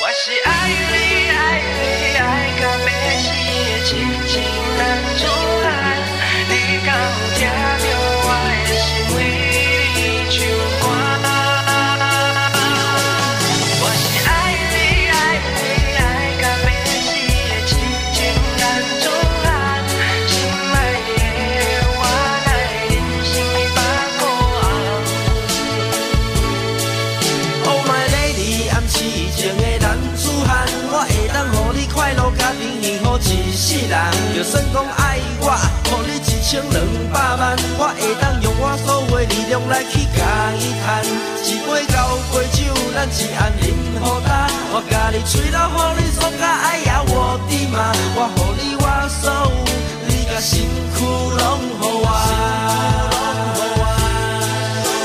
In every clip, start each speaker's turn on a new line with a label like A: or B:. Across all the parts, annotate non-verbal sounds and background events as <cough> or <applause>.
A: 我是爱你，爱你，爱到要死的痴情男子汉，你敢有听到我的心为你唱歌？我是爱你，爱你，爱到要死的痴情男子汉，心爱的我，咱的人生百苦红。Oh my lady，暗示情的男子汉，我会当予你快乐家庭幸福一世人。就算讲爱我，予你一千两百万，我会当用我所有的力量来去甲伊赚。一杯交杯酒，咱一暗饮予干，我甲你吹到予你爽甲爱呀我的妈，我予你我所有，你甲身躯拢予我。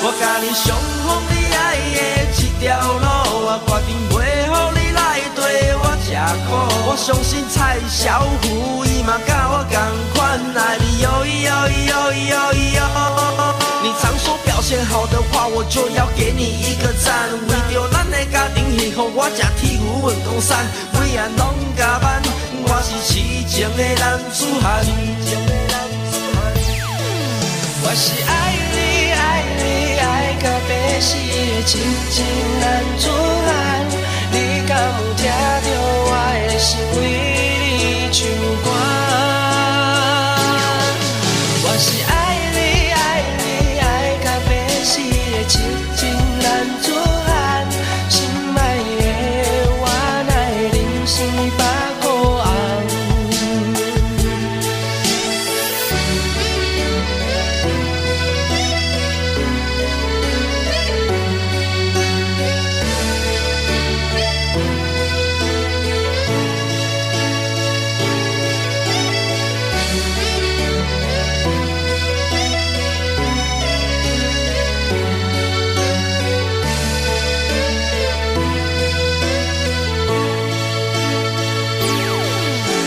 A: 我甲你上好你爱的一条路，我决定袂予你来对我吃苦。我相信蔡小虎伊嘛甲我同款爱你哟哟哟哟哟。你常说表现好的话，我就要给你一个赞。为着咱的家庭幸福，我吃铁牛运动衫，每晚拢加班。我是痴情的男子汉。我是爱你，爱你，爱到要死的痴情男子汉，你敢有听到我的心为你唱歌？我是爱你，爱你，爱到要死的痴情男子汉，心爱的我，奈人生百苦红。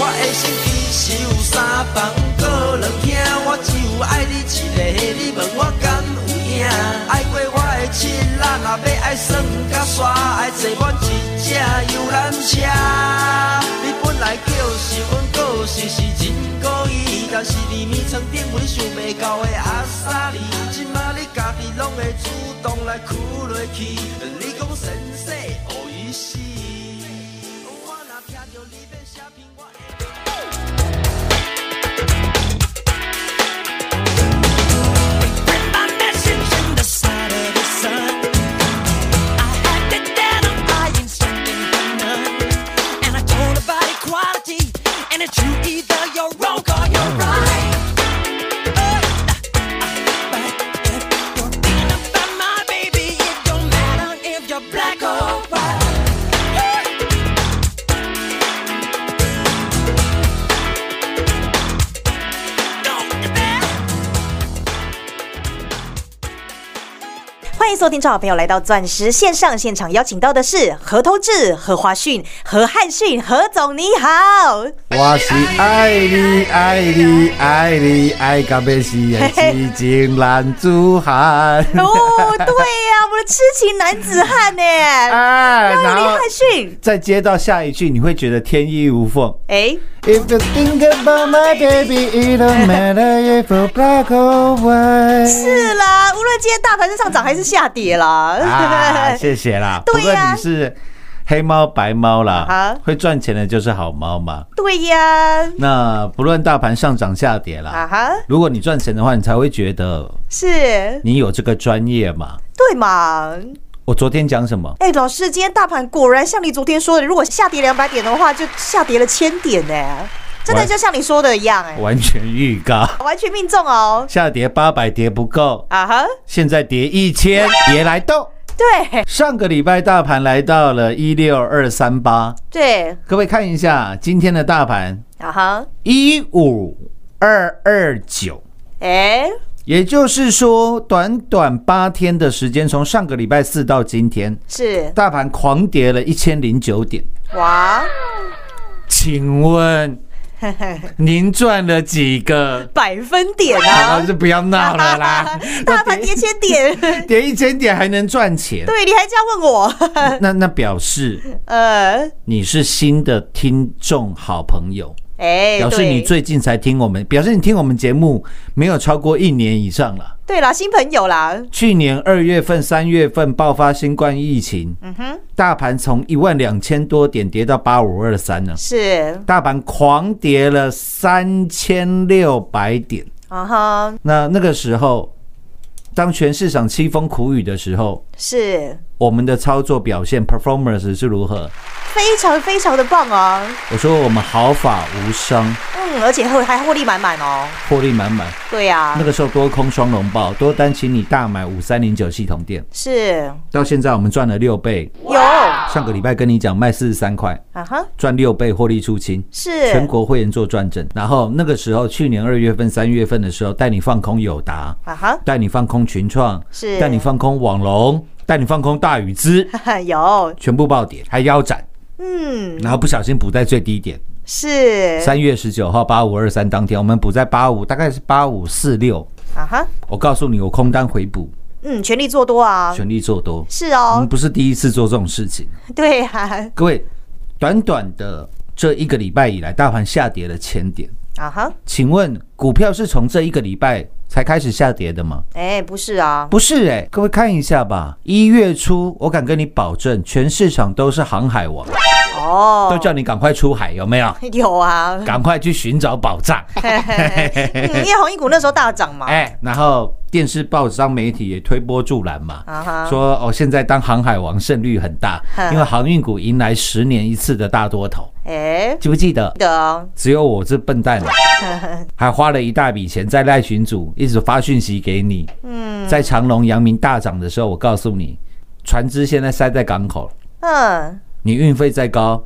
A: 我的心其实有三房个两厅，我只有爱你一个，你问我敢有影？爱过我的七日，若要爱耍甲煞，爱坐阮一只游览车。你本来就是阮个性是真故意，但是你眠床顶阮想袂到的阿萨利，即马你家己拢会主动来屈落去，你讲神说何意思？我若听着你要写评，我会。
B: And it's you either you're wrong or you're right. You're thinking about my baby. It don't matter if you're black or white. Don't you bet?
C: 欢迎收听，众好朋友来到钻石线上现场，邀请到的是何通志、何华逊、何汉逊、何总，你 <laughs> 好。
D: 我是爱你，爱你，爱你，爱到要死的痴情男子汉。
C: <laughs> 哦，对呀、我们的痴情男子汉 <laughs> 呢，
D: 哎，
C: 何
D: 然后
C: 汉逊。
D: 再接到下一句，你会觉得天衣无缝。
C: 哎，
D: If you think about my baby, it don't matter if you're black
C: <laughs>
D: or white。
C: 是啦，无论今天大盘是上涨还是下跌啦， <laughs>
D: 啊，谢谢啦。不
C: 对
D: 过
C: 呀
D: 你是黑猫白猫啦
C: 啊，
D: 会赚钱的就是好猫嘛。
C: 对呀、
D: 那不论大盘上涨下跌
C: 啊
D: 啦，
C: 哈，
D: 如果你赚钱的话，你才会觉得
C: 是
D: 你有这个专业嘛。
C: 对嘛？
D: 我昨天讲什么？
C: 哎，老师，今天大盘果然像你昨天说的，如果下跌两百点的话，就下跌了千点呢、真的
D: 完
C: 就像你说的一样、哎，
D: 完全预告，
C: 完全命中哦。
D: 下跌八百跌不够，
C: 啊哈，
D: 现在跌一千，别来动。
C: 对
D: 上个礼拜大盘来到了一六二三八，
C: 对，
D: 各位看一下今天的大盘
C: 啊哈，
D: 一五二二九，
C: 哎，
D: 也就是说，短短八天的时间，从上个礼拜四到今天，
C: 是
D: 大盘狂跌了一千零九点。
C: 哇，
D: 请问您赚了几个？
C: 百分点
D: 啊，
C: 啊，！
D: 就不要闹了啦
C: <laughs> 大盘跌千点，
D: 跌一千点还能赚钱，
C: 对，你还这样问我， <laughs>
D: <laughs> 那那表示
C: 呃，
D: 你是新的听众好朋友，
C: 哎，
D: 表示
C: 对
D: 你最近才听我们，表示你听我们节目没有超过一年以上了。
C: 对啦，新朋友啦，
D: 去年二月份、三月份爆发新冠疫情，
C: 嗯
D: 大盘从一万两千多点跌到八五二三呢，
C: 是
D: 大盘狂跌了三千六百点。
C: 啊哈，
D: 那那个时候，当全市场凄风苦雨的时候，
C: 是
D: 我们的操作表现 performance 是如何？
C: 非常非常的棒哦，
D: 我说我们毫发无伤，
C: 嗯，而且后还获利满满哦，
D: 获利满满。
C: 对呀
D: 那，个时候多空双龙爆，多单请你大买五三零九系统店，
C: 是
D: 到现在我们赚了六倍。
C: 有啊
D: 上个礼拜跟你讲卖四十三块，
C: 哈，
D: 赚六倍获利出清。
C: 是
D: 全国会员做转正，然后那个时候去年二月份、三月份的时候，带你放空友达，
C: 啊哈
D: 带你放空群创，
C: 是
D: 带你放空网龙，带你放空大禹资，
C: <laughs> 有，
D: 全部暴跌，还腰斩，
C: 嗯，
D: 然后不小心补在最低点。
C: 是
D: 三月十九号八五二三当天，我们补在八五，大概是八五四六。
C: 啊哈，
D: 我告诉你，我空单回补，
C: 嗯，全力做多啊，
D: 全力做多。
C: 是
D: 我
C: 哦
D: 们，不是第一次做这种事情，
C: 对啊，
D: 各位，短短的这一个礼拜以来，大盘下跌了千点。
C: 啊哈，
D: 请问股票是从这一个礼拜才开始下跌的吗？
C: 哎，不是啊，
D: 不是哎、各位看一下吧。一月初，我敢跟你保证，全市场都是航海王，
C: 哦，
D: 都叫你赶快出海，有没有？
C: 有啊，
D: <laughs> 赶快去寻找宝
C: <laughs>
D: 藏。
C: 嗯因为红一股那时候大涨嘛，
D: 哎，然后电视、报纸上媒体也推波助澜嘛，
C: 啊哈，
D: 说哦，现在当航海王胜率很
C: <laughs>
D: 大
C: 哼，
D: 因为航运股迎来十年一次的大多头，
C: 哎，
D: 记不记得？
C: 的哦，
D: 只有我这
C: <laughs>
D: 笨蛋，还花了一大笔钱在赖群组一直发讯息给你。嗯，在长隆、阳明大涨的时候，我告诉你，船只现在塞在港口，
C: 嗯，
D: 你运费再高，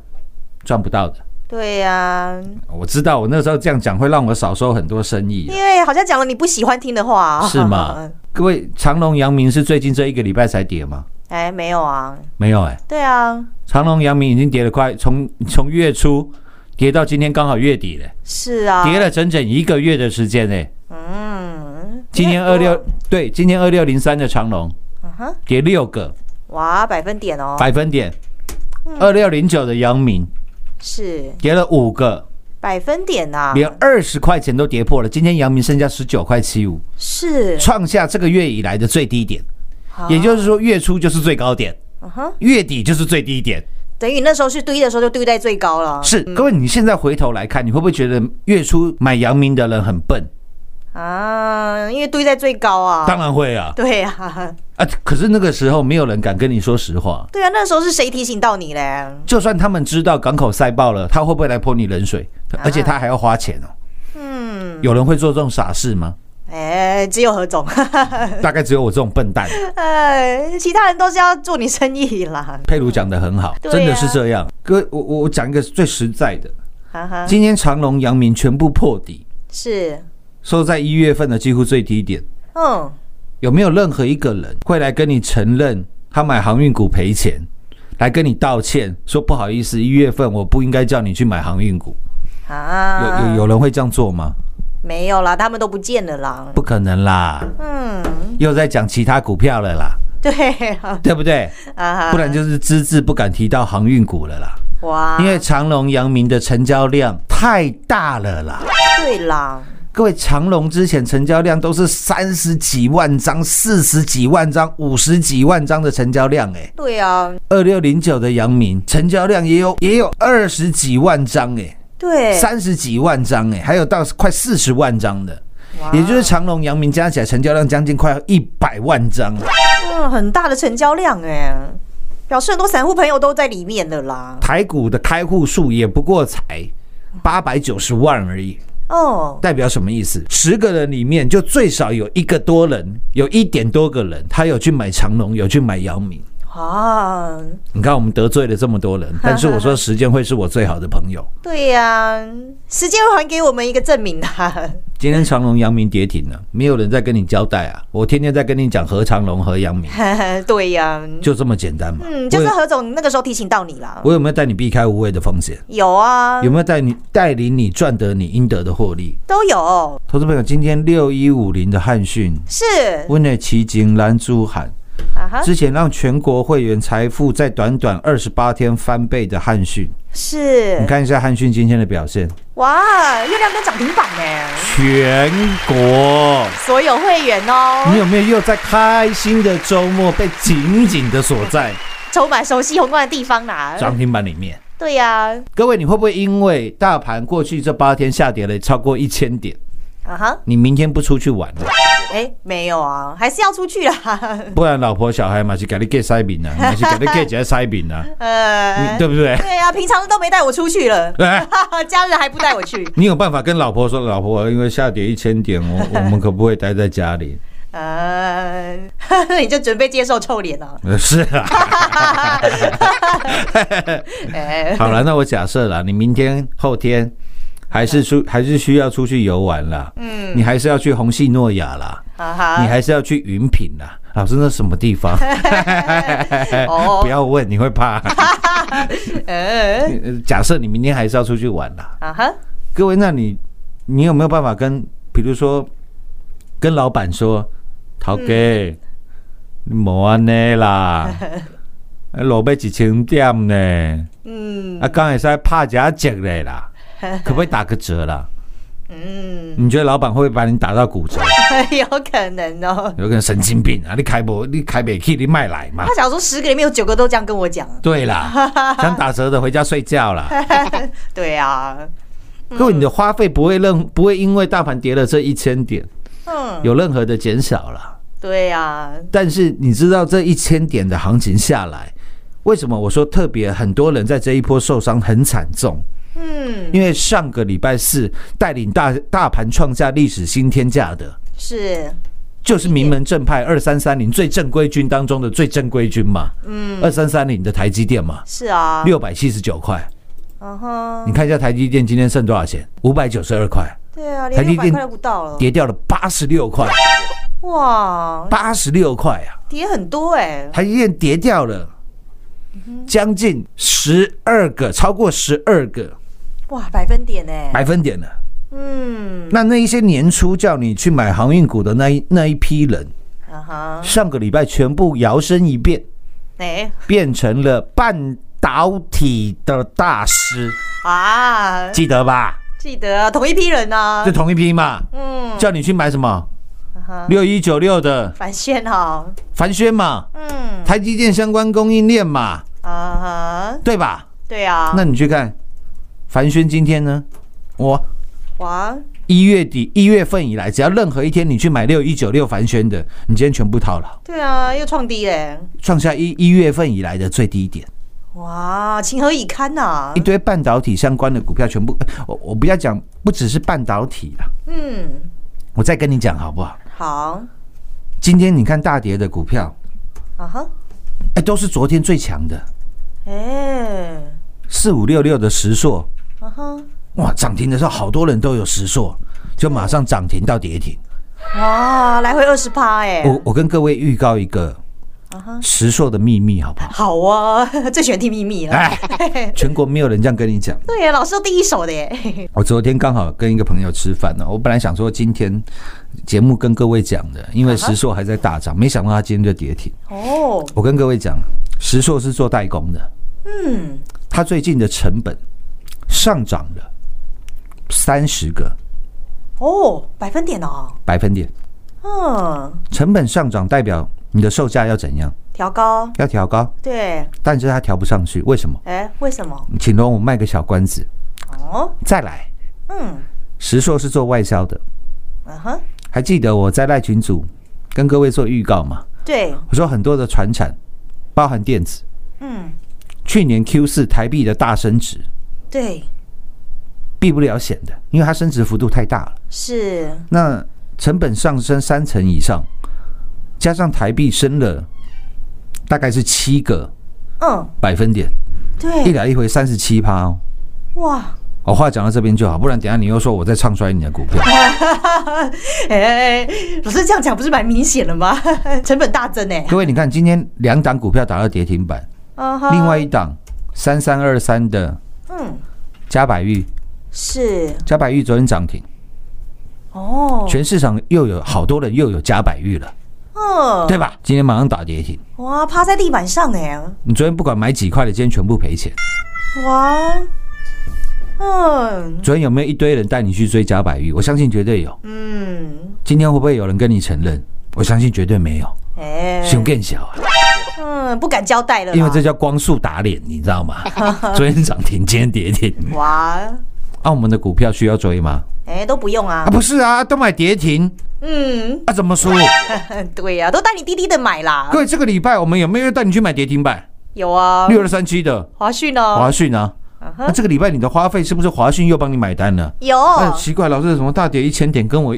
D: 赚不到的。
C: 对啊呀，
D: 我知道，我那时候这样讲会让我少收很多生意啊、
C: 因为好像讲了你不喜欢听的话，
D: 是吗？各位，长隆、阳明是最近这一个礼拜才跌吗？
C: <laughs> 哎，没有啊，
D: 没有哎、
C: 对啊，
D: 长隆、阳明已经跌了快，从从月初跌到今天刚好月底了，
C: 是啊，
D: 跌了整整一个月的时间哎呢、
C: 嗯，
D: 今天二
C: 很多
D: 六对，今天二六零三的长隆
C: 嗯哼，
D: 跌六个
C: 哦哇，百分点哦，
D: 百分点，
C: 嗯
D: 二六零九的阳明
C: 是
D: 跌了五个，
C: 百分点啊呐，
D: 连二十块钱都跌破了。今天阳明剩下十九块七五，
C: 是，
D: 创下这个月以来的最低点，也就是说月初就是最高点，
C: 嗯哼，
D: 月底就是最低点。
C: 等于那时候去堆的时候就堆在最高了，嗯
D: 是，各位，你现在回头来看，你会不会觉得月初买阳明的人很笨？
C: 啊，因为堆在最高啊，
D: 当然会啊，
C: 对啊，
D: 啊，可是那个时候没有人敢跟你说实话。
C: 对啊，那时候是谁提醒到你嘞？
D: 就算他们知道港口塞爆了，他会不会来泼你冷水？
C: 啊
D: 而且他还要花钱哦。嗯，有人会做这种傻事吗？
C: 哎，只有何总， <laughs> 嗯
D: 大概只有我这种笨蛋。
C: 哎，其他人都是要做你生意啦，
D: 佩如讲的很好，
C: 对啊
D: 真的是这样。各位，我我我讲一个最实在的，
C: 哈哈，
D: 今天长隆、阳明全部破底，
C: 是，
D: 收在一月份的几乎最低点。
C: 嗯，
D: 有没有任何一个人会来跟你承认他买航运股赔钱，来跟你道歉，说不好意思，一月份我不应该叫你去买航运股？
C: 啊，
D: 有有有人会这样做吗？
C: 没有啦，他们都不见了啦，
D: 不可能啦，
C: 嗯，
D: 又在讲其他股票了啦，
C: 对 <laughs> 啊，
D: 对不对？
C: 啊
D: 不然就是资质不敢提到航运股了啦，
C: 哇，
D: 因为长隆、阳明的成交量太大了啦。
C: 对啦，
D: 各位，长隆之前成交量都是三十几万张、四十几万张、五十几万张的成交量、欸，哎，
C: 对啊，
D: 二六零九的阳明成交量也有也有二十几万张、欸，
C: 对，
D: 三十几万张，哎，还有到快四十万张的，也就是长隆、阳明加起来成交量将近快一百万张了。
C: 嗯，很大的成交量哎、表示很多散户朋友都在里面了啦，
D: 台股的开户数也不过才八百九十万而已，
C: 哦，
D: 代表什么意思？十个人里面就最少有一个多人，有一点多个人，他有去买长隆，有去买姚明。
C: 啊，
D: 你看，我们得罪了这么
C: <laughs>
D: 多人，但是我说时间会是我最好的朋友。
C: 对呀、时间还给我们一个证明啊！
D: 今天长隆、阳明跌停了，没有人在跟你交代啊！我天天在跟你讲何长隆、何阳明，
C: <laughs> 对呀、
D: 就这么简单嘛。
C: 嗯，就是
D: 我有
C: 何总那个时候提醒到你啦。
D: 我有没有带你避开无谓的风险？
C: 有啊，
D: 有没有带你带领你赚得你应得的获利？
C: 都有，
D: 投资朋友，今天六一五零的汉讯，
C: 是
D: 温内奇景蓝珠喊，
C: 啊哈，
D: 之前让全国会员财富在短短二十八天翻倍的汉讯，你
C: 是
D: 看一下汉讯今天的表现，
C: 哇，月亮灯涨停板呢，
D: 全国。
C: 所有会员
D: 你
C: 哦，
D: 有没有又在开心的周末被紧紧的锁在
C: 筹码熟悉宏观的地方啦。
D: 涨停板里面？
C: 对呀、
D: 各位，你会不会因为大盘过去这八天下跌了超过一千点，
C: 啊，哈，
D: 你明天不出去玩了？
C: 哎，没有啊，还是要出去啦。 <laughs>
D: 不然老婆小孩嘛是给你给塞饼啊，嘛是给你给姐塞饼啊，
C: 呃
D: 你，对不对？
C: 对呀、平常都没带我出去 <laughs> 了，
D: 哎
C: 假日还不带我去， <laughs>
D: 你有办法跟老婆说，老婆因为下跌一千点， <laughs> 我我们可不可以待在家里？
C: 呃， <laughs> 你就准备接受臭脸了。 <laughs>
D: 呃是啊，
C: 哎，
D: 好了，那我假设了，你明天后天还是出还是需要出去游玩啦，嗯嗯，你啊还是要去红系诺亚啦，
C: 哈啊哈，
D: 你还是要去云品啦。老师，那什么地 <laughs> 方？
C: 哦
D: <laughs> 不要问，你会怕。
C: 呃，
D: 呃 <laughs> 假设你明天还是要出去玩啦，
C: 啊哈， <laughs>
D: 各位，那你你有没有办法跟，比如说跟老板说，陶哥，
C: 嗯
D: 你莫安尼
C: <laughs>
D: 啦，啊落尾一千点呢，
C: 嗯
D: 啊，刚才在拍一下折嘞
C: <laughs>
D: 啦，可不可以打个折啦？
C: 嗯，
D: 你觉得老板会不会把你打到骨折？
C: 有可能哦。
D: 有可能神经病啊！你开不，你开不起，你卖来嘛
C: <laughs> 他？想说十个里面有九个都这样跟我讲，
D: 对啦，想打折的回家睡觉啦。
C: 对啊，
D: 各位，你的花费不会任不会因为大盘跌了这一千点
C: 嗯，
D: 有任何的减少了。
C: 对啊，
D: 但是你知道这一千点的行情下来，为什么我说特别很多人在这一波受伤很惨重？
C: 嗯，
D: 因为上个礼拜四带领大大盘创下历史新天价的，
C: 是，
D: 就是名门正派二三三零最正规军当中的最正规军嘛，嗯，二三三零的台积电嘛，
C: 是啊，
D: 六百七十九块，
C: 嗯哼，
D: 你看一下台积电今天剩多少钱？五百九十二块，
C: 对啊，
D: 台
C: 连
D: 积
C: 六百
D: 电
C: 块都不到了，
D: 跌掉了八十六块，
C: 哇，
D: 八十六块啊！
C: 跌很多哎，
D: 台积电跌掉了将近十二个，超过十二个
C: 哇，百分点哎，
D: 百分点了。
C: 嗯，
D: 那那一些年初叫你去买航运股的那一那一批人，
C: 啊哈，
D: 上个礼拜全部摇身一变，
C: 哎，
D: 变成了半导体的大师，
C: 啊，
D: 记得吧？
C: 记得啊同一批人啊
D: 就，同一批嘛，
C: 嗯，
D: 叫你去买什么
C: 啊哈
D: 六一九六的
C: 反宣哈，
D: 凡轩嘛，
C: 嗯，
D: 台积电相关供应链嘛，
C: 啊哈，
D: 对吧？
C: 对啊，
D: 那你去看凡轩今天呢，我
C: 哇，
D: 一月底一月份以来，只要任何一天你去买六一九六凡轩的，你今天全部套牢，
C: 对啊，又创低嘞，
D: 创下一一月份以来的最低点。
C: 哇，情何以堪呐
D: 一！堆半导体相关的股票全部，呃我我不要讲，不只是半导体啦，
C: 嗯，
D: 我再跟你讲好不好？
C: 好，
D: 今天你看大跌的股票，
C: 啊哈，
D: 哎，都是昨天最强的
C: 哎，
D: 四五六六的石硕，
C: 啊哈，
D: 哇，涨停的时候好多人都有石硕，就马上涨停到跌停。
C: 哇，来回二十趴哎，
D: 我我跟各位预告一个石硕的秘密，好不好？
C: 好啊，最喜欢听秘密了。
D: <laughs> 哎，全国没有人这样跟你讲。
C: 对呀，老师都第一手的耶。
D: 我昨天刚好跟一个朋友吃饭呢，我本来想说今天节目跟各位讲的，因为石硕还在大涨，没想到他今天就跌停。
C: <laughs> 哦，
D: 我跟各位讲，石硕是做代工的，
C: 嗯，
D: 他最近的成本上涨了三十个
C: 哦，百分点哦，
D: 百分点，
C: 嗯，
D: 成本上涨代表你的售价要怎样？
C: 调高，
D: 要调高，
C: 对，
D: 但是它调不上去，为什么？
C: 哎，为什么？
D: 请容我卖个小关子。
C: 哦，
D: 再来，
C: 嗯，
D: 石硕是做外销的，
C: 嗯哼，
D: 还记得我在赖群组跟各位做预告吗？
C: 对，
D: 我说很多的船产，包含电子，
C: 嗯，
D: 去年 Q 四台币的大升值，
C: 对，
D: 避不了险的，因为它升值幅度太大了。
C: 是
D: 那成本上升三成以上，加上台币升了大概是七个
C: 嗯，
D: 百分点，一
C: 对，
D: 来一回三十七趴哦。
C: 哇， <laughs>
D: 我、话讲到这边就好，不然等一下你又说我在唱衰你的股票。
C: 哎，老师这样讲不是蛮明显的吗？ <laughs> 成本大增哎，
D: 各位，你看今天两档股票打到跌停板，
C: 嗯哼
D: 另外一档三三二三的
C: 嗯
D: 嘉百玉，
C: 是
D: 嘉百玉昨天涨停，
C: 哦，
D: 全市场又有好多人又有嘉百玉了，
C: 嗯，
D: 对吧？今天马上打跌停，
C: 哇，趴在地板上哎，
D: 你昨天不管买几块的，今天全部赔钱。
C: 哇，嗯
D: 昨天有没有一堆人带你去追嘉百玉？我相信绝对有。
C: 嗯，
D: 今天会不会有人跟你承认？我相信绝对没有，
C: 哎，
D: 胸更小啊，
C: 嗯，不敢交代了啦，
D: 因为这叫光速打脸，你知道 <laughs> 吗？昨天涨停，今天跌停，
C: 哇，
D: 啊，我们的股票需要追吗？
C: 哎，都不用啊
D: 啊，，不是啊，都买跌停，
C: 嗯，
D: 啊，怎么输？
C: 对呀，都带你滴滴的买啦
D: 各，位，这个礼拜我们有没有带你去买跌停板？
C: 有啊，
D: 六二三七的
C: 华讯哦
D: 华，讯哦啊，那这个礼拜你的花费是不是华讯又帮你买单了？
C: 有，
D: 哎，奇怪，老师怎么大跌一千点，跟我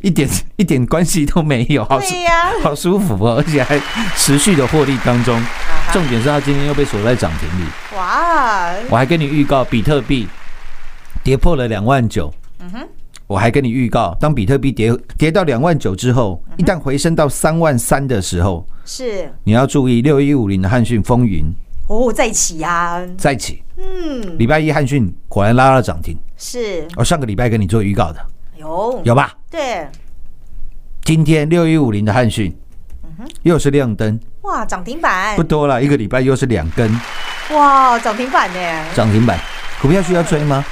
D: 一点一点关系都没有，好
C: 对呀，
D: 好舒服哦，而且还持续的获利当中。
C: 啊
D: 重点是它今天又被锁在涨停里。
C: 哇，
D: 我还跟你预告，比特币跌破了两万九。
C: 嗯
D: 我还跟你预告，当比特币跌跌到两万九之后，
C: 嗯
D: 一旦回升到三万三的时候，
C: 是
D: 你要注意六一五零的汉讯风云
C: 哦，在一起呀，
D: 再起。
C: 嗯，
D: 礼拜一汉讯果然拉了涨停，
C: 是
D: 我、上个礼拜跟你做预告的，
C: 有，
D: 有吧？
C: 对，
D: 今天六一五零的汉讯又是亮灯，
C: 哇，涨停板
D: 不，多了，一个礼拜又是两根
C: 哇，涨停板呢，
D: 涨停板，股票需要追吗？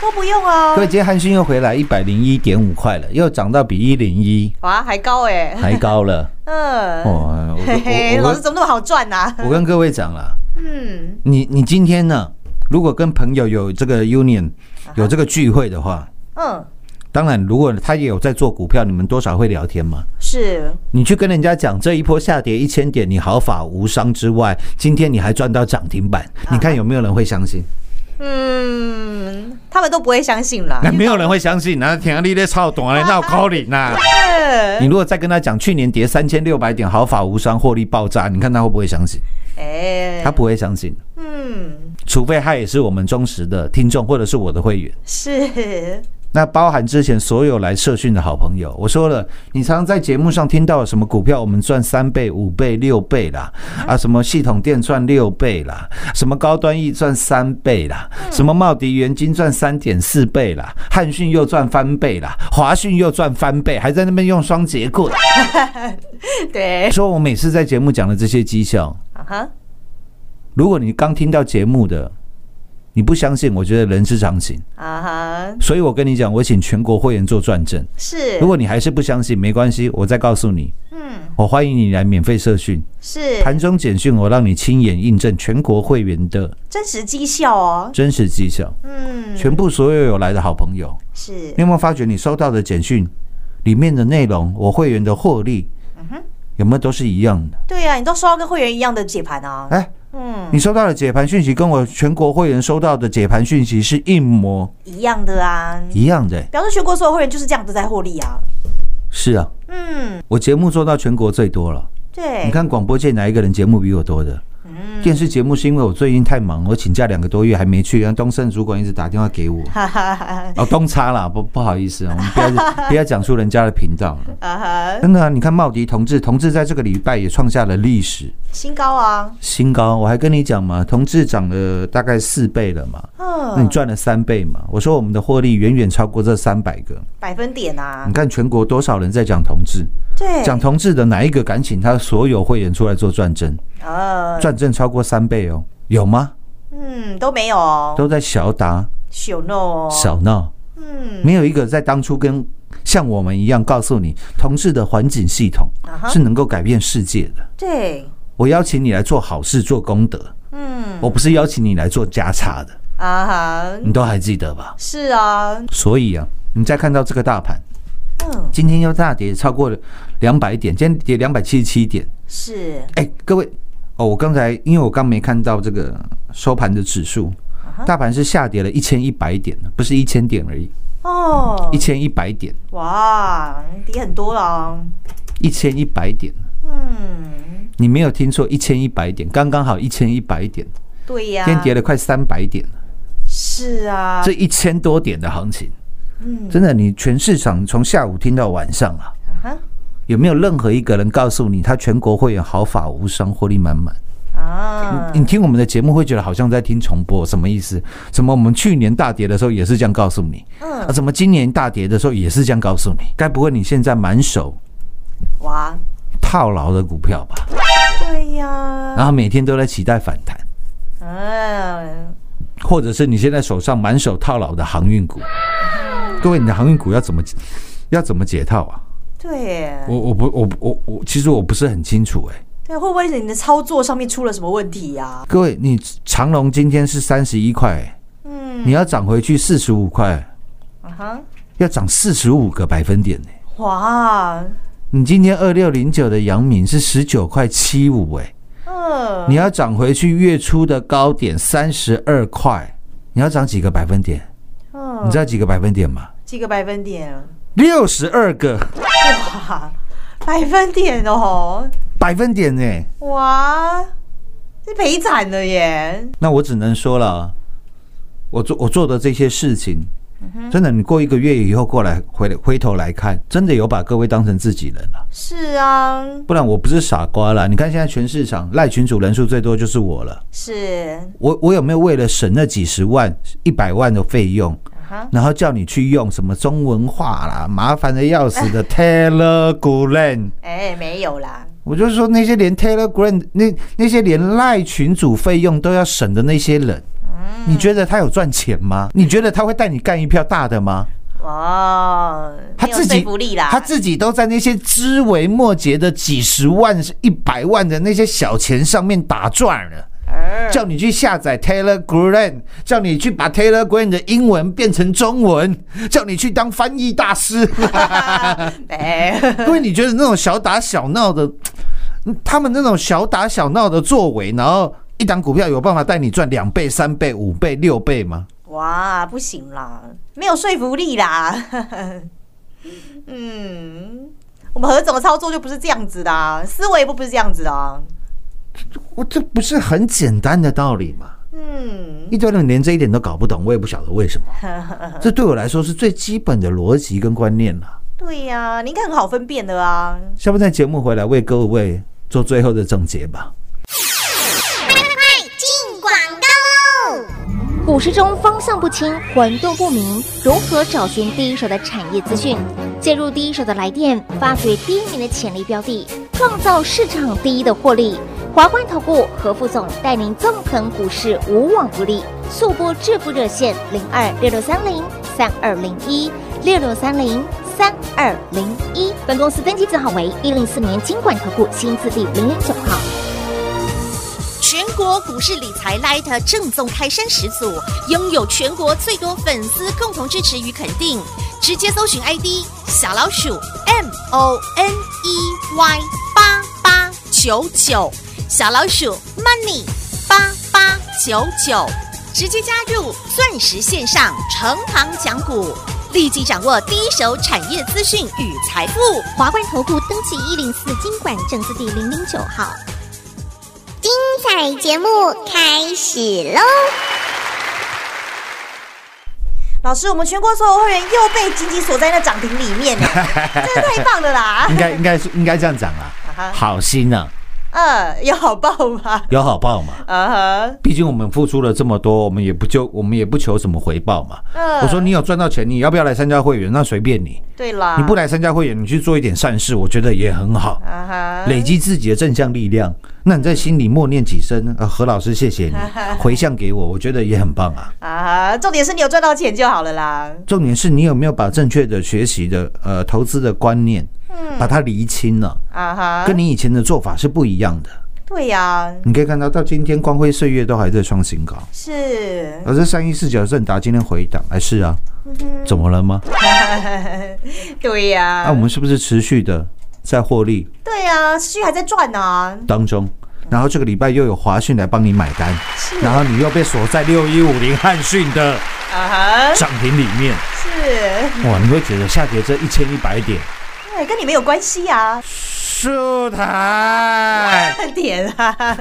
C: 都不用啊
D: 各，位，今天汉讯又回来一百零一点五块了，又涨到比一零一
C: 哇，还高哎，
D: 还高了。
C: 嗯，
D: 哦，
C: <laughs>
D: 我
C: 嘿嘿，
D: 我
C: 老
D: 我
C: 师怎么那么好赚呐、
D: 我跟各位讲了，
C: 嗯，
D: 你你今天呢，如果跟朋友有这个 union 有这个聚会的话，
C: 嗯，
D: 当然如果他也有在做股票，你们多少会聊天嘛。
C: 是
D: 你去跟人家讲这一波下跌一千点，你毫发无伤之外，今天你还赚到涨停板，你看有没有人会相信？
C: 嗯，他们都不会相信啦。
D: 那啊没有人会相信，那天啊你在操短那有可能啊呐。
C: 嗯
D: 你如果再跟他讲去年跌三千六百点，毫发无伤，获利爆炸，你看他会不会相信？
C: 哎、
D: 他不会相信，
C: 嗯，
D: 除非他也是我们忠实的听众或者是我的会员。
C: 是 <laughs>
D: 那包含之前所有来社训的好朋友，我说了，你常常在节目上听到什么股票我们赚三倍、五倍、六倍啦，啊，什么系统店赚六倍啦，什么高端 E 赚三倍啦，什么茂迪元金赚三点四倍啦，汉讯又赚翻倍啦，华讯又赚翻倍，还在那边用双节棍。
C: 对，
D: 说我每次在节目讲的这些绩效，
C: 啊哈，
D: 如果你刚听到节目的，你不相信，我觉得人之常情。
C: 啊哈，
D: 所以我跟你讲，我请全国会员做转正。
C: 是
D: 如果你还是不相信，没关系，我再告诉你。
C: 嗯，
D: 我欢迎你来免费社训，
C: 是
D: 盘中简讯，我让你亲眼印证全国会员的
C: 真实绩效哦，
D: 真实绩效。
C: 嗯，
D: 全部所有有来的好朋友，
C: 是
D: 你有没有发觉你收到的简讯里面的内容，我会员的获利，
C: 嗯
D: 有没有都是一样的？
C: 对呀、啊，你都收到跟会员一样的解盘啊，
D: 哎，
C: 嗯，
D: 你收到的解盘讯息跟我全国会员收到的解盘讯息是一模
C: 一样的啊，
D: 一样的欸。
C: 表示全国所有会员就是这样都在获利啊，
D: 是啊，
C: 嗯，
D: 我节目做到全国最多了。
C: 对，
D: 你
C: <laughs>
D: 看广播界哪一个人节目比我多的？
C: 嗯
D: 电视节目是因为我最近太忙，我请假两个多月还没去，然后东森主管一直打电话给我。
C: 哈哈啊哈，
D: 哦，东差啦，不不好意思啊，我们
C: <laughs>
D: 不要不要讲出人家的频道了。
C: 啊哈，
D: 真的啊、你看茂迪同志，同志在这个礼拜也创下了历史
C: 新高啊，
D: 新高。我还跟你讲嘛，同志涨了大概四倍了嘛，
C: 嗯，
D: 那你赚了三倍嘛。我说我们的获利远远超过这三百个。
C: 百分点啊
D: 你，看全国多少人在讲同志，
C: 对，
D: 讲同志的哪一个敢请他所有会员出来做转正？
C: 呃，
D: 转正超过三倍哦，有吗？
C: 嗯，都没有哦，
D: 都在小打
C: 小 no，哦
D: 小闹，
C: 嗯，
D: 没有一个在当初跟像我们一样告诉你，同志的环境系统
C: 啊哈
D: 是能够改变世界的。
C: 对，
D: 我邀请你来做好事、做功德，
C: 嗯，
D: 我不是邀请你来做加差的，
C: 啊哈，
D: 你都还记得吧？
C: 是啊，
D: 所以啊，你再看到这个大盘
C: 嗯，
D: 今天又大跌超过了两百点，今天跌两百七十七点，
C: 是，
D: 哎，各位哦，我刚才因为我刚没看到这个收盘的指数，
C: 啊
D: 大盘是下跌了一千一百点，不是一千点而已，
C: 哦
D: 一，千一百点，
C: 哇，跌很多了哦，
D: 一千一百点，
C: 嗯，
D: 你没有听错，一千一百点，刚刚好一千一百点，
C: 对啊呀、
D: 今天跌了快三百点，
C: 是啊，
D: 这一千多点的行情，
C: 嗯
D: 真的，你全市场从下午听到晚上啊，
C: 啊哈
D: 有没有任何一个人告诉你他全国会员毫发无伤，获利满满？
C: 啊
D: 你，你听我们的节目会觉得好像在听重播，什么意思？怎么我们去年大跌的时候也是这样告诉你？啊，
C: 嗯，
D: 怎么今年大跌的时候也是这样告诉你？该不会你现在满手
C: 哇，
D: 套牢的股票吧？
C: 嗯对呀、
D: 然后每天都在期待反弹，
C: 嗯，
D: 或者是你现在手上满手套牢的航运股？各位，你的航运股要怎么要怎么解套啊？
C: 对，
D: 我我不我我我其实我不是很清楚哎、
C: 对，会不会你的操作上面出了什么问题呀、
D: 各位，你长隆今天是三十一块欸，
C: 嗯，
D: 你要涨回去四十五块，欸
C: 啊哈，
D: 要涨四十五个百分点呢、
C: 哇，
D: 你今天二六零九的阳明是十九块七五，哎，
C: 嗯，
D: 你要涨回去月初的高点三十二块，你要涨几个百分点？
C: 嗯
D: 你知道几个百分点吗？
C: 几个百分点？ <laughs>
D: 六十二个
C: 哇，百分点哦，
D: 百分点哎呢、
C: 哇，这赔惨了耶！
D: 那我只能说了，我做我做的这些事情，
C: 嗯
D: 真的，你过一个月以后过来回回头来看，真的有把各位当成自己人了、
C: 是啊，
D: 不然我不是傻瓜啦。你看现在全市场赖群主人数最多就是我了，
C: 是
D: 我我有没有为了省那几十万、一百万的费用？
C: 啊哈，
D: 然后叫你去用什么中文化啦，麻烦的要死的 Telegram，
C: 哎，没有啦，
D: 我就说那些连 Telegram 那那些连赖群主费用都要省的那些人，
C: 嗯
D: 你觉得他有赚钱吗？你觉得他会带你干一票大的吗？
C: 哇，
D: 他
C: 没有
D: 自己
C: 说服力啦，
D: 他自己都在那些枝微末节的几十万、一百万的那些小钱上面打转了。
C: 呃
D: 叫你去下载 Telegram，叫你去把 Telegram 的英文变成中文，叫你去当翻译大师。
C: <laughs> 哎，
D: 因为你觉得那种小打小闹的，嗯他们那种小打小闹的作为，然后一档股票有办法带你赚两倍、三倍、五倍、六倍吗？
C: 哇，不行啦，没有说服力啦， <laughs> 嗯。我们何总的操作就不是这样子的、啊，思维不不是这样子的、啊。
D: 我这不是很简单的道理吗？
C: 嗯，
D: 一堆人连这一点都搞不懂，我也不晓得为什么。这对我来说是最基本的逻辑跟观念了、
C: 对呀、你应该很好分辨的啊。
D: 下半段节目回来为各位做最后的总结吧。
E: 进广告喽！股市中方向不清、混沌不明，如何找寻第一手的产业资讯？介入第一手的来电，发掘第一名的潜力标的，创造市场第一的获利。华冠投顾何副总带领纵横股市，无往不利。速播致富热线零二六六三零三二零一六六三零三二零一。本公司登记字号为一零四年经管投顾新字第零零九号。全国股市理财 Light 正宗开山始祖，拥有全国最多粉丝共同支持与肯定。直接搜寻 ID 小老鼠 M O N E Y 八八九九，小老鼠 Money 八八九九，直接加入钻石线上成堂讲股，立即掌握第一手产业资讯与财富。华冠投顾登记一零四经管证字第零零九号。
C: 老师，我们全国所有会员又被紧紧锁在那涨停里面
D: <laughs>
C: 呢，真的太棒了啦！
D: 应该应该是应该这样讲啊，好心啊，
C: 嗯，有好报吗？
D: 有好报嘛。
C: 啊哈，
D: 毕竟我们付出了这么多，我们也不就我们也不求什么回报嘛。
C: 嗯
D: 我说你有赚到钱，你要不要来参加会员？那随便你，
C: 对啦，
D: 你不来参加会员，你去做一点善事，我觉得也很好，
C: 啊哈，
D: 累积自己的正向力量。那你在心里默念几声，呃，何老师
C: <laughs>
D: 谢谢你，回向给我，我觉得也很棒啊。
C: 啊哈，重点是你有赚到钱就好了啦。
D: 重点是你有没有把正确的学习的呃投资的观念，
C: 嗯
D: 把它厘清了，
C: 啊哈，
D: 跟你以前的做法是不一样的。
C: 对呀、
D: 你可以看到，到今天光辉岁月都还在创新高。
C: 是
D: 而这三一四九正达今天回档，哎是啊，怎么了吗？
C: 对呀、
D: 啊那、我们是不是持续的在获利
C: 对呀、啊，续还在赚呢、
D: 当中？然后这个礼拜又有华讯来帮你买单，然后你又被锁在六一五零汉讯的
C: 啊哈，
D: 涨停里面，
C: 是，
D: 哇，你会觉得下跌这一千一百点，
C: 哎，跟你没有关系啊，
D: 舒坦。 <laughs>
C: 看点啊，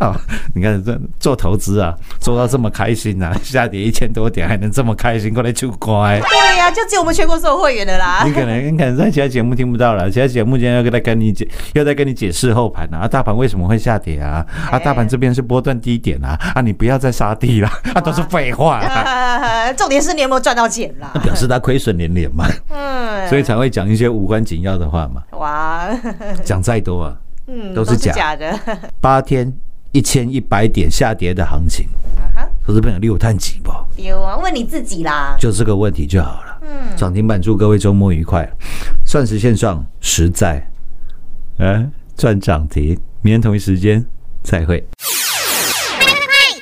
D: 哦，你看这做投资啊，做到这么开心啊，下跌一千多点还能这么开心，过来就乖。
C: <laughs> 对呀、就只有我们全国所有会员的啦
D: <laughs> 你，可能你可能在其他节目听不到了，其他节目今天要跟他跟你解，要再跟你解释后盘啊，啊大盘为什么会下跌啊？啊，大盘这边是波段低点啊，啊，你不要再杀低了，啊，都是废话啦。
C: 啊 <laughs> 重点是你有没有赚到钱啦
D: 那？表示他亏损连连嘛，
C: 嗯，
D: 所以才会讲一些无关紧要的话嘛，
C: 哇，
D: 讲再多啊，
C: 嗯，
D: 都是
C: <laughs>
D: 假
C: 的，
D: 八天一千一百点下跌的行情，
C: 哈
D: 投资朋友你有探几不？
C: 丢啊，问你自己啦，
D: 就这个问题就好了。嗯，涨停板祝各位周末愉快。钻石线上实在，嗯、赚涨停。明天同一时间再会。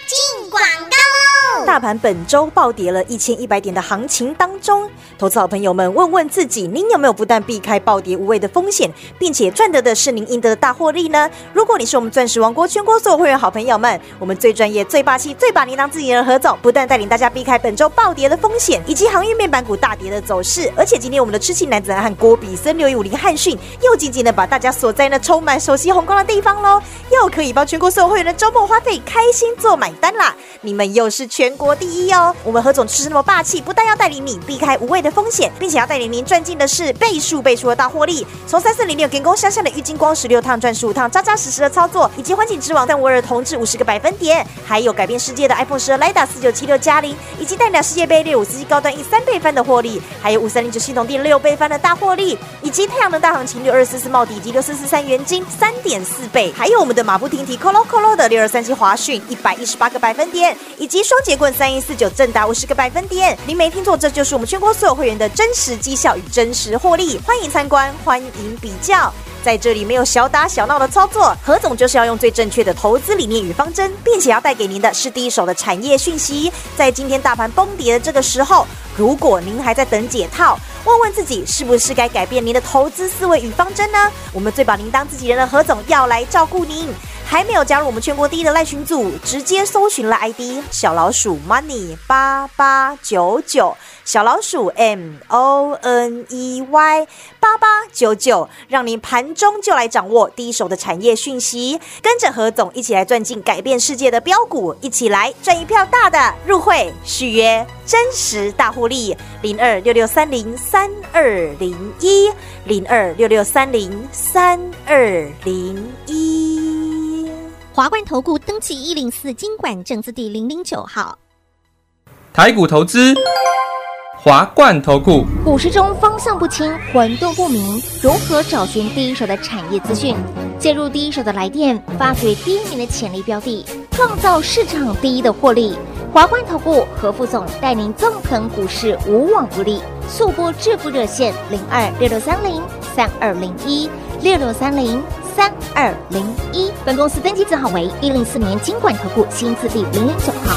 E: 进广告喽！
C: 大盘本周暴跌了一千一百点的行情当中，投资好朋友们问问自己，您有没有不但避开暴跌无谓的风险，并且赚得的是您赢得的大获利呢？如果你是我们钻石王国全国所有会员好朋友们，我们最专业、最霸气、最把您当自己人的何总，不但带领大家避开本周暴跌的风险以及航运面板股大跌的走势，而且今天我们的痴情男子汉郭比森六一五零汉讯又紧紧的把大家锁在那充满熟悉红光的地方喽，又可以帮全国所有会员的周末花费开心做买单啦！你们又是全国第一哦！我们何总吃那么霸气，不但要带领你避开无谓的风险，并且要带领您赚进的是倍数倍数的大获利。从三四零六跟工相向的郁金光十六趟赚十五趟，扎扎实实的操作，以及欢景之王但维尔同志五十个百分点，还有改变世界的 iPhone 十二 Lida 四九七六加零，以及代表世界杯六五四七高端一三倍翻的获利，还有五三零九系统第六倍翻的大获利，以及太阳能大行情六二四四茂底以及六四四三元金三点四倍，还有我们的马不停蹄 Colo Colo 的六二三七华讯一百一十八个百分点，以及双节棍三一四九正达五十个百分点。您没听错，这就是我们全国所有会员的真实绩效与真实获利，欢迎参观，欢迎比较。在这里没有小打小闹的操作，何总就是要用最正确的投资理念与方针，并且要带给您的是第一手的产业讯息。在今天大盘崩跌的这个时候，如果您还在等解套，问问自己是不是该改变您的投资思维与方针呢？我们最把您当自己人的何总要来照顾您。还没有加入我们全国第一的赖群组，直接搜寻了 ID 小老鼠 money 八八九九，小老鼠 M O N E Y 八八九九，让您盘中就来掌握第一手的产业讯息，跟着何总一起来钻进改变世界的标股，一起来赚一票大的入会续约，真实大获利，零二六六三零三二零一，零二六六三零三二零一。
E: 华冠投顾登记一零四经管证字第零零九号。
F: 台股投资，华冠投顾。
E: 股市中方向不清、混沌不明，如何找寻第一手的产业资讯？介入第一手的来电，发掘第一名的潜力标的，创造市场第一的获利。华冠投顾何副总带领纵横股市，无往不利。速播致富热线零二六六三零三二零一六六三零三二零一。本公司登记字号为一零四年经管投顾新字第零零九号。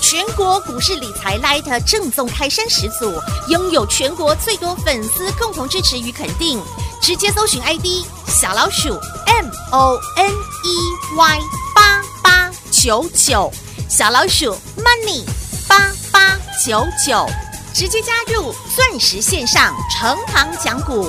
G: 全国股市理财 Light 正宗开山始祖，拥有全国最多粉丝共同支持与肯定。直接搜寻 ID 小老鼠 M O N E Y 八八九九，小老鼠 Money 八八九九，直接加入钻石线上成行讲股，